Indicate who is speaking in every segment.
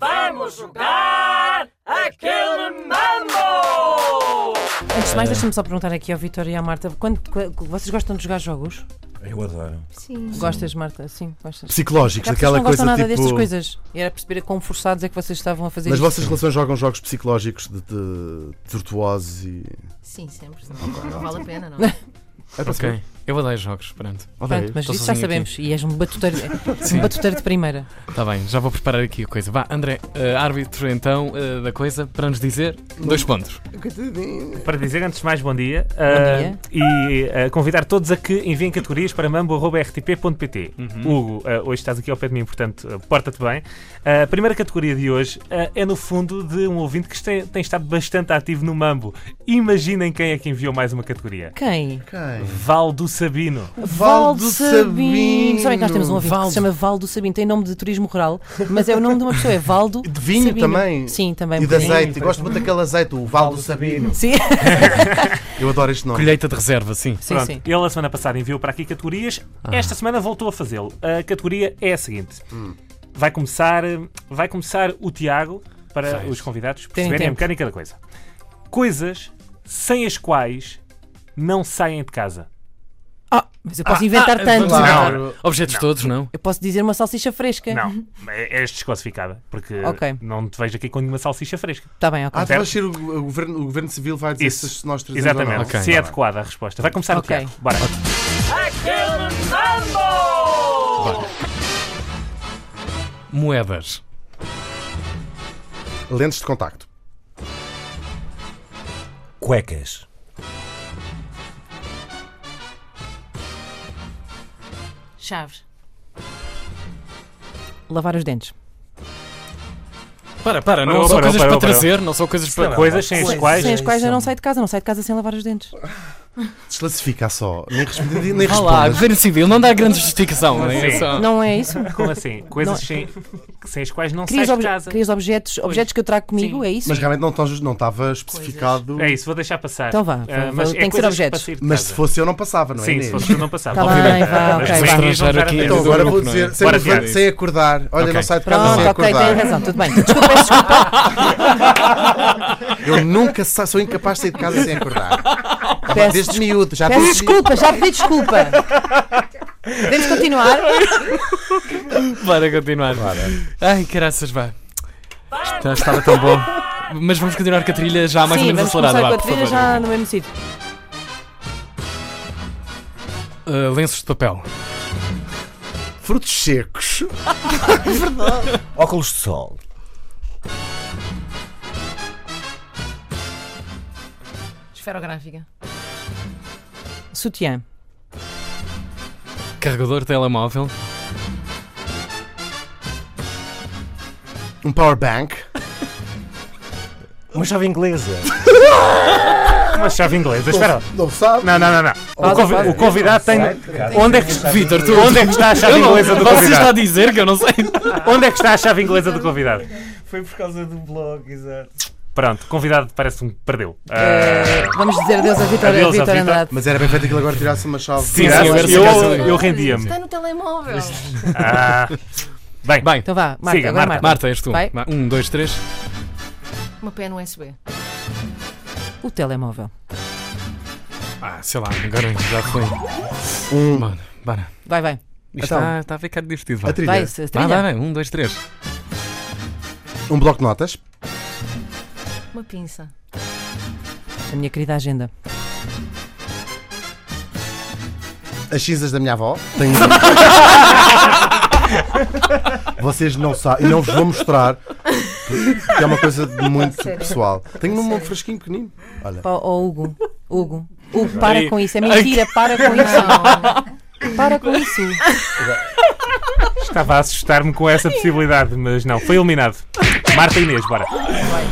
Speaker 1: Vamos jogar aquele mambo!
Speaker 2: Antes de mais, deixa-me só perguntar aqui ao Vitor e à Marta: quando, qu- vocês gostam de jogar jogos?
Speaker 3: Eu adoro.
Speaker 4: Sim.
Speaker 2: Gostas, Marta? Sim, gostas.
Speaker 3: Psicológicos,
Speaker 2: Já vocês
Speaker 3: aquela
Speaker 2: não gostam
Speaker 3: coisa
Speaker 2: nada destas
Speaker 3: tipo.
Speaker 2: coisas. E era perceber quão forçados é que vocês estavam a fazer
Speaker 3: Nas
Speaker 2: isto.
Speaker 3: vossas relações jogam jogos psicológicos de, de tortuosos e.
Speaker 4: Sim, sempre. Não, não vale a pena, não.
Speaker 3: É para
Speaker 5: Ok, eu odeio jogos, pronto.
Speaker 2: Pronto, mas
Speaker 5: Estou
Speaker 2: isso já
Speaker 5: sozinho
Speaker 2: sabemos. E és um batuteiro, um
Speaker 5: Sim.
Speaker 2: batuteiro de primeira.
Speaker 5: Está Tá bem, já vou preparar aqui a coisa. Vá, André, eh, árbitro então eh, da coisa, para nos dizer dois pontos.
Speaker 6: Para dizer, antes de mais, bom dia.
Speaker 2: Bom
Speaker 6: Ah, E ah, convidar todos a que enviem categorias para mambo.rtp.pt. Hugo, ah, hoje estás aqui ao pé de mim, portanto, ah, porta-te bem. Ah, a primeira categoria de hoje ah, é, no fundo, de um ouvinte que este- tem estado bastante ativo no mambo. Imaginem quem é que enviou mais uma categoria.
Speaker 2: Quem?
Speaker 6: Valdo Sabino.
Speaker 3: Valdo Sabino.
Speaker 2: Sabem que nós temos um ouvinte que se chama Valdo Sabino, tem nome de turismo rural, mas é o nome de uma pessoa, é Valdo.
Speaker 3: De vinho
Speaker 2: Sabino.
Speaker 3: também.
Speaker 2: Sim, também.
Speaker 3: E
Speaker 2: um
Speaker 3: de
Speaker 2: bocadinho.
Speaker 3: azeite. Gosto muito daquele azeite, o Valdo Sabino.
Speaker 2: Sim,
Speaker 3: Eu adoro este nome.
Speaker 5: Colheita de reserva, sim.
Speaker 2: sim,
Speaker 6: Pronto,
Speaker 2: sim. Ah.
Speaker 6: ele a semana passada enviou para aqui categorias, esta semana voltou a fazê-lo. A categoria é a seguinte:
Speaker 3: Hum.
Speaker 6: vai, começar, vai começar o Tiago para
Speaker 5: Vai.
Speaker 6: os convidados
Speaker 2: Tem
Speaker 6: perceberem a
Speaker 2: tempo.
Speaker 6: mecânica da coisa. Coisas sem as quais não saem de casa.
Speaker 2: Ah, mas eu posso inventar
Speaker 5: ah,
Speaker 2: tanto.
Speaker 5: vamos
Speaker 3: Claro.
Speaker 5: Objetos todos, não?
Speaker 2: Eu posso dizer uma salsicha fresca.
Speaker 6: Não, é- és desclassificada, porque
Speaker 2: Ok.
Speaker 6: não te vejo aqui com nenhuma salsicha fresca.
Speaker 2: Está Tá bem, ok.
Speaker 3: Ah, tu vais ser o, o governo, o governo civil vai dizer
Speaker 6: Isso.
Speaker 3: se nós trazemos ou
Speaker 6: Exatamente,
Speaker 3: não.
Speaker 5: Ok.
Speaker 6: se é
Speaker 3: Tá bem.
Speaker 6: adequada a resposta. Vai começar
Speaker 2: Ok.
Speaker 6: o Tiago. Bora.
Speaker 1: Aquele mambo!
Speaker 5: Moedas.
Speaker 3: Lentes de contacto.
Speaker 6: Cuecas.
Speaker 4: Chaves.
Speaker 2: Lavar os dentes.
Speaker 5: Para, para, não
Speaker 6: Parou,
Speaker 5: são
Speaker 6: parou,
Speaker 5: coisas
Speaker 6: parou,
Speaker 5: para
Speaker 6: parou.
Speaker 5: trazer, não são coisas para.
Speaker 6: Coisas sem as quais.
Speaker 2: Sem as quais eu não saio de casa, não saio de casa sem lavar os dentes.
Speaker 3: Desclassifica só. Nem responde. Nem
Speaker 5: Vá lá,
Speaker 3: responde.
Speaker 5: governo civil, não dá grande justificação, não
Speaker 6: Sim.
Speaker 5: é? Só-
Speaker 2: Não é isso?
Speaker 6: Como assim? Coisas
Speaker 2: Não.
Speaker 6: sem, sem as quais não
Speaker 2: Crias,
Speaker 6: saem de
Speaker 2: obje-
Speaker 6: casa.
Speaker 2: crias objetos, objetos que eu trago comigo, é isso?
Speaker 3: Mas realmente não estás- não estava especificado.
Speaker 6: É isso, vou deixar passar.
Speaker 2: Hum. Então vá,
Speaker 6: Ah,
Speaker 2: vá, tem que ser
Speaker 6: coisas
Speaker 2: objetos.
Speaker 6: para sair de
Speaker 3: Mas
Speaker 6: casa.
Speaker 3: se fosse eu, não passava, não é?
Speaker 6: Sim,
Speaker 3: Inês?
Speaker 6: se fosse tu não passava.
Speaker 2: Tá bem, vá, ok,
Speaker 6: Mas
Speaker 2: vá.
Speaker 6: também quis
Speaker 5: Estrangeiro
Speaker 6: não
Speaker 5: aqui.
Speaker 6: estar
Speaker 3: Então
Speaker 6: a
Speaker 5: Do
Speaker 3: agora
Speaker 5: grupo,
Speaker 3: vou
Speaker 5: não é?
Speaker 3: dizer, sem,
Speaker 6: Bora,
Speaker 3: levan-
Speaker 6: Tiago.
Speaker 3: sem acordar. Olha,
Speaker 5: Ok.
Speaker 3: não sai de casa
Speaker 2: Pronto, ok,
Speaker 3: sem um acordar.
Speaker 2: têm razão, tudo bem. Desculpa, peço desculpa.
Speaker 3: Eu nunca sa- sou incapaz de sair de casa sem acordar. Tá bem,
Speaker 2: Peço
Speaker 3: Desde miúdo, já
Speaker 2: Peço
Speaker 3: desde miúdo.
Speaker 2: desculpa, já pedi desculpa. Podemos continuar?
Speaker 5: Bora continuar. Ai, caraças, vá. Já estava tão bom. Mas vamos continuar com a trilha já mais
Speaker 2: Sim,
Speaker 5: ou
Speaker 2: vamos
Speaker 5: menos
Speaker 2: começar
Speaker 5: acelerada,
Speaker 2: com
Speaker 5: vá,
Speaker 2: a trilha
Speaker 5: por favor.
Speaker 2: já no mesmo sítio.
Speaker 5: Ah, lenços de papel.
Speaker 3: Frutos secos.
Speaker 2: É
Speaker 1: Óculos de sol.
Speaker 4: Esferográfica.
Speaker 2: Sutiã.
Speaker 5: Carregador de telemóvel.
Speaker 3: Um power bank.
Speaker 1: Uma chave inglesa.
Speaker 6: Uma chave inglesa, espera. lá.
Speaker 3: Não sabe?
Speaker 6: Não, não, não, não. O, convi- o convidado tem. Onde é que,
Speaker 5: Vitor, tu.
Speaker 6: onde é que está a chave
Speaker 5: Eu não-
Speaker 6: inglesa do
Speaker 5: Você está a
Speaker 6: convidado?
Speaker 5: dizer que eu não sei.
Speaker 6: Onde é que está a chave inglesa do convidado?
Speaker 1: Foi por causa do blog, exato.
Speaker 6: Pronto, o convidado parece-me que perdeu. Ah,
Speaker 2: Eh, vamos dizer adeus a Vitor
Speaker 6: Adeus a
Speaker 2: Vitor
Speaker 6: Vítor.
Speaker 2: Andrade.
Speaker 3: Mas era bem feito aquilo agora tirasse uma chave.
Speaker 5: Sim,
Speaker 6: graças-
Speaker 5: agora sim,
Speaker 6: eu,
Speaker 5: graças a
Speaker 6: eu rendia-me.
Speaker 4: Está no telemóvel.
Speaker 6: Ah, bem,
Speaker 5: Bem,
Speaker 2: Então vá, Marta,
Speaker 6: Siga,
Speaker 2: agora
Speaker 6: Marta.
Speaker 2: Marta.
Speaker 5: Marta, és tu.
Speaker 2: Vai.
Speaker 5: Ma- Um, dois, três.
Speaker 4: Uma pena USB.
Speaker 2: O telemóvel.
Speaker 5: Ah, sei lá, agora já foi.
Speaker 3: Um.
Speaker 5: Bora, bora.
Speaker 2: Vai, vai.
Speaker 3: Então,
Speaker 2: Ah,
Speaker 5: está, está a ficar divertido. Vá.
Speaker 3: a trilha.
Speaker 2: Vai, se-
Speaker 5: Vai,
Speaker 2: trilha.
Speaker 5: vai, vai. Um, dois, três.
Speaker 3: Um bloco de notas.
Speaker 4: Uma pinça.
Speaker 2: A minha querida agenda.
Speaker 3: As cinzas da minha avó. um- Tenho... Vocês não sabem. E não vos vou mostrar. Que é uma coisa de muito pessoal. Tenho um fresquinho pequenino. Olha.
Speaker 2: Pá, ó, Hugo. Hugo. Hugo, para
Speaker 5: Ai.
Speaker 2: com isso. É mentira, para com isso.
Speaker 4: Não.
Speaker 2: Para com isso.
Speaker 6: estava a assustar-me com essa possibilidade, mas não, foi eliminado. Marta Inês, bora.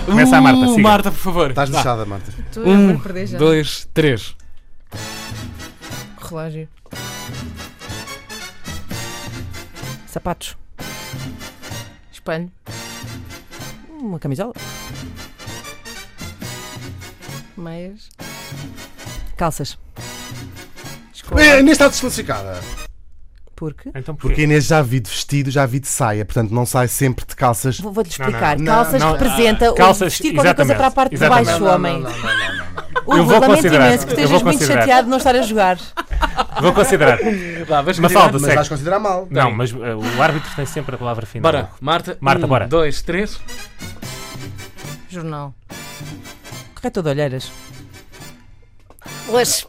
Speaker 6: Começa a Marta,
Speaker 5: Uh,
Speaker 6: siga.
Speaker 5: Marta, por favor.
Speaker 3: Estás
Speaker 5: Vá.
Speaker 3: deixada, Marta.
Speaker 4: Estou
Speaker 5: Um,
Speaker 4: a perder já.
Speaker 5: dois, três.
Speaker 4: Relógio.
Speaker 2: Sapatos.
Speaker 4: Espelho.
Speaker 2: Uma camisola.
Speaker 4: Meias.
Speaker 2: Calças.
Speaker 4: Escola.
Speaker 3: Eh, Nem está É, desclassificada.
Speaker 2: Porque.
Speaker 6: Então porquê?
Speaker 3: Porque a Inês já vi de vestido, já vi de saia, portanto não sai sempre de calças.
Speaker 2: Vou- Vou-te
Speaker 6: Não, não,
Speaker 2: explicar.
Speaker 3: não,
Speaker 2: calças
Speaker 6: não,
Speaker 2: representa o
Speaker 6: calças,
Speaker 2: vestir qualquer coisa
Speaker 6: exatamente,
Speaker 2: para a parte de
Speaker 6: exatamente.
Speaker 2: baixo, homem.
Speaker 6: Eu
Speaker 2: Hugo,
Speaker 6: vou
Speaker 2: lamento
Speaker 6: considerar,
Speaker 2: imenso que
Speaker 6: eu vou
Speaker 2: estejas muito
Speaker 6: considerar.
Speaker 2: chateado de não estar a jogar.
Speaker 6: Vou considerar.
Speaker 5: Vá, vais
Speaker 6: Mas
Speaker 5: continuar.
Speaker 6: Aldo,
Speaker 3: Mas
Speaker 6: segue.
Speaker 3: vais considerar mal.
Speaker 6: Não, mas eh, o árbitro tem sempre a palavra final.
Speaker 5: Bora, Marta.
Speaker 6: Marta,
Speaker 5: um,
Speaker 6: bora.
Speaker 5: Dois, três.
Speaker 4: Jornal.
Speaker 2: Corretor de é olheiras.
Speaker 4: Hoje.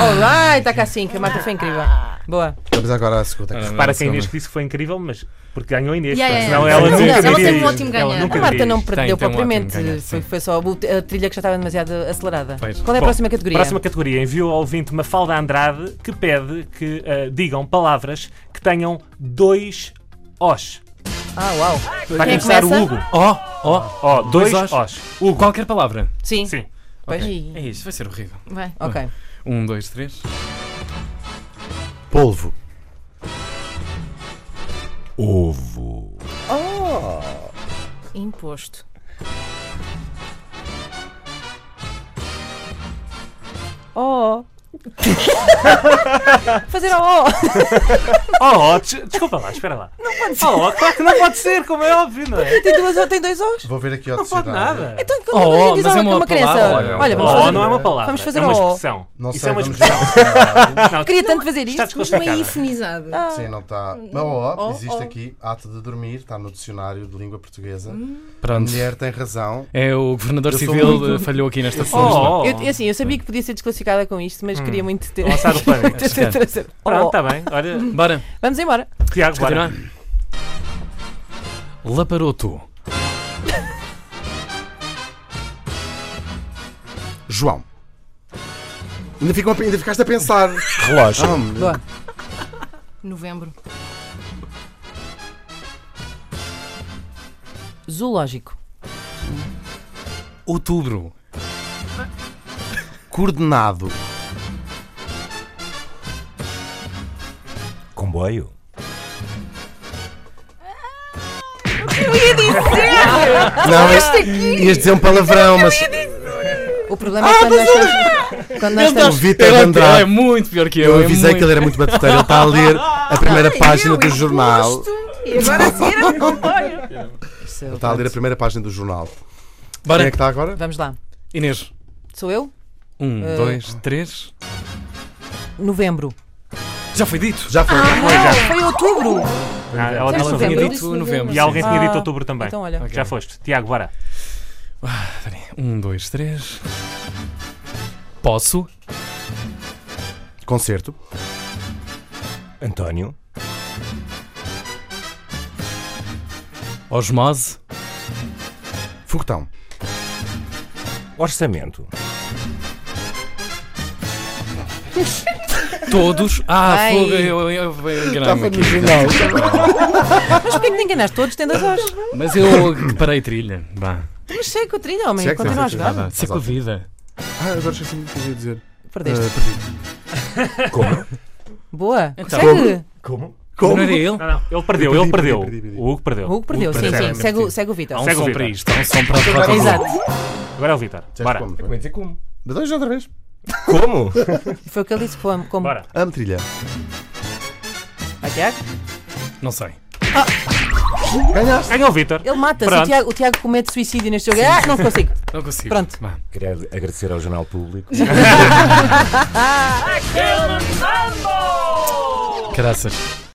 Speaker 2: Alright, está cá 5. A Marta foi incrível. Boa.
Speaker 3: Vamos agora à segunda.
Speaker 6: Repara que a Inês que disse que foi incrível, mas porque ganhou a Inês.
Speaker 4: Yeah,
Speaker 6: porque
Speaker 4: yeah,
Speaker 6: senão
Speaker 4: yeah.
Speaker 6: ela
Speaker 2: Não,
Speaker 6: nunca
Speaker 2: ela
Speaker 6: diria
Speaker 2: tem um
Speaker 6: isto.
Speaker 4: ótimo
Speaker 6: Ela nunca
Speaker 4: ganhar.
Speaker 2: A
Speaker 4: A
Speaker 6: diria
Speaker 2: Marta não
Speaker 6: isto.
Speaker 2: perdeu
Speaker 5: tem um
Speaker 2: propriamente.
Speaker 5: ótimo ganhar,
Speaker 2: foi,
Speaker 5: sim.
Speaker 2: foi só a bu- a trilha que já estava demasiado acelerada.
Speaker 5: Pois.
Speaker 2: Qual é a
Speaker 6: Bom,
Speaker 2: próxima categoria?
Speaker 6: Próxima categoria enviou ao ouvinte Mafalda Andrade que pede que eh, digam palavras que tenham dois Os.
Speaker 2: Ah, uau.
Speaker 6: Vai
Speaker 4: Quem
Speaker 6: começar o
Speaker 4: começa?
Speaker 6: Hugo.
Speaker 5: Ó, ó.
Speaker 6: Ó, dois,
Speaker 5: Dois Os.
Speaker 6: Os. Hugo.
Speaker 5: Oh, Qualquer palavra.
Speaker 2: Sim.
Speaker 6: Sim.
Speaker 2: Pois.
Speaker 5: É isto, vai ser horrível.
Speaker 4: Vai.
Speaker 2: Ok.
Speaker 5: Um, dois, três.
Speaker 3: Ah. Polvo.
Speaker 4: Imposto.
Speaker 2: Oh. Fazer oh.
Speaker 6: Oh, oh, des- desculpa lá, espera lá. Não pode ser. Oh, oh, claro que não pode ser, como é óbvio, não é?
Speaker 2: Tem, duas, tem dois O's.
Speaker 3: Vou ver aqui ao
Speaker 6: Não pode nada.
Speaker 2: Então,
Speaker 5: Oh,
Speaker 2: quando a
Speaker 5: oh,
Speaker 2: gente diz
Speaker 5: mas
Speaker 2: oh,
Speaker 5: é
Speaker 2: como
Speaker 5: uma
Speaker 2: uma criança.
Speaker 5: palavra, é
Speaker 2: Olha, vamos
Speaker 5: uma
Speaker 3: palavra.
Speaker 6: Oh,
Speaker 2: fazer.
Speaker 6: não é uma palavra.
Speaker 2: Vamos fazer
Speaker 6: é uma
Speaker 2: o ó.
Speaker 6: expressão.
Speaker 3: Não
Speaker 6: Isso
Speaker 3: sei,
Speaker 6: é uma
Speaker 3: vamos
Speaker 6: expressão.
Speaker 3: ver.
Speaker 6: Não,
Speaker 2: Queria tanto fazer
Speaker 6: está
Speaker 2: isto.
Speaker 4: Mas não é
Speaker 6: desclassificada.
Speaker 4: infinizado.
Speaker 3: Sim, não está. Mas ó,
Speaker 4: Oh,
Speaker 3: existe
Speaker 4: oh.
Speaker 3: aqui ato de dormir, está no dicionário de língua portuguesa.
Speaker 6: Hum.
Speaker 3: A
Speaker 5: Pronto.
Speaker 3: mulher tem razão.
Speaker 5: É o governador
Speaker 3: Eu sou
Speaker 5: civil
Speaker 3: muito-
Speaker 5: eh, falhou aqui nesta fórmula.
Speaker 6: Oh, oh.
Speaker 2: Eu, assim, eu sabia que podia ser desclassificada com isto, mas queria muito ter.
Speaker 6: Lançar o pânico. é
Speaker 2: ter- ter- ter- ter-
Speaker 6: Pronto,
Speaker 2: Oh,
Speaker 6: está bem. Olha,
Speaker 5: Bora,
Speaker 2: Vamos embora.
Speaker 6: Tiago,
Speaker 5: continuar.
Speaker 6: bora.
Speaker 5: Laparoto.
Speaker 3: João. Ainda, ficam a pe- ainda ficaste a pensar.
Speaker 5: Relógio.
Speaker 3: Ah, meu-
Speaker 2: Boa.
Speaker 4: Novembro.
Speaker 2: Zoológico.
Speaker 5: Outubro.
Speaker 3: coordenado.
Speaker 1: Comboio.
Speaker 6: Ah,
Speaker 3: Não, este, ias dizer um palavrão, mas
Speaker 2: O
Speaker 6: Ah,
Speaker 2: problema é quando nós estamos. Quando nós
Speaker 3: o
Speaker 2: estamos.
Speaker 3: um Vitor de
Speaker 5: Ele- ele é
Speaker 3: Andrade.
Speaker 5: muito pior que eu.
Speaker 3: Eu
Speaker 5: é
Speaker 3: avisei
Speaker 5: muito-
Speaker 3: que ele era muito batuteiro. Ele está a ler a primeira página do jornal.
Speaker 4: E agora sim era
Speaker 2: Isso,
Speaker 3: Ele está a ler a primeira página do jornal. Quem é
Speaker 5: Bora,
Speaker 3: que está agora?
Speaker 2: Vamos lá.
Speaker 5: Inês.
Speaker 2: Sou eu?
Speaker 5: Um,
Speaker 2: Eh.
Speaker 5: dois, três.
Speaker 2: Novembro.
Speaker 5: Já foi dito.
Speaker 3: Já foi.
Speaker 2: Foi em outubro!
Speaker 6: Ah, ela
Speaker 5: Ela
Speaker 6: disse
Speaker 2: Novembro.
Speaker 5: tinha
Speaker 6: novembro.
Speaker 2: Eu
Speaker 5: dito
Speaker 2: disse
Speaker 5: novembro.
Speaker 2: novembro.
Speaker 6: E alguém tinha
Speaker 2: Ah,
Speaker 6: dito outubro também.
Speaker 2: Então, olha.
Speaker 6: Já foste. Tiago, bora.
Speaker 5: Um, dois, três. Posso?
Speaker 3: Concerto.
Speaker 1: António.
Speaker 5: Osmose.
Speaker 3: Foguetão.
Speaker 1: Orçamento.
Speaker 5: Todos. Ah,
Speaker 2: Ai.
Speaker 5: fogo. Eu, eu, eu, eu enganei-me aqui.
Speaker 2: Mas porquê que te enganaste todos? Tem dois horas.
Speaker 5: Mas eu parei trilha. Vá.
Speaker 2: Mas sei que o trilho,
Speaker 3: Se é
Speaker 2: homem.
Speaker 3: que
Speaker 2: Continua a
Speaker 3: sei,
Speaker 2: jogar.
Speaker 3: sei, sei.
Speaker 5: Sei com a vida.
Speaker 3: Ah, agora esqueci-me do que eu ia dizer.
Speaker 2: Perdeste.
Speaker 3: Ah, perdi.
Speaker 1: Como?
Speaker 2: Boa.
Speaker 5: Então.
Speaker 2: Consegue?
Speaker 1: Como?
Speaker 5: Como? Não era
Speaker 6: Não,
Speaker 5: ele?
Speaker 6: não. Ele perdeu,
Speaker 3: Eu
Speaker 6: ele
Speaker 3: perdi,
Speaker 6: perdeu.
Speaker 3: perdi, perdi, perdi.
Speaker 6: O Hugo perdeu.
Speaker 2: O Hugo perdeu. Sim,
Speaker 5: perdeu.
Speaker 2: sim. Segue, o- segue o Vitor.
Speaker 5: Há um
Speaker 6: Segue o
Speaker 5: som
Speaker 6: Vitor.
Speaker 5: para isto. Há um som para a derrota do
Speaker 2: Exato.
Speaker 6: Agora é o Vitor.
Speaker 3: Disseste
Speaker 6: Bora.
Speaker 3: como,
Speaker 1: Eu
Speaker 3: foi?
Speaker 1: vou dizer como.
Speaker 3: Dois outra vez.
Speaker 1: Como?
Speaker 2: Foi o que ele disse como. como...
Speaker 6: Bora.
Speaker 3: Amo trilha.
Speaker 2: Ah, Tiago?
Speaker 5: Hugo. Não sei.
Speaker 3: Ganhaste.
Speaker 6: Ganhou o Vitor.
Speaker 2: Ele mata-se.
Speaker 6: Pronto.
Speaker 2: O Tiago, o Tiago comete suicídio neste jogo. Ah, não consigo.
Speaker 5: Não consigo.
Speaker 2: Pronto.
Speaker 5: Vá.
Speaker 1: Queria agradecer ao Jornal Público.
Speaker 5: Caraças.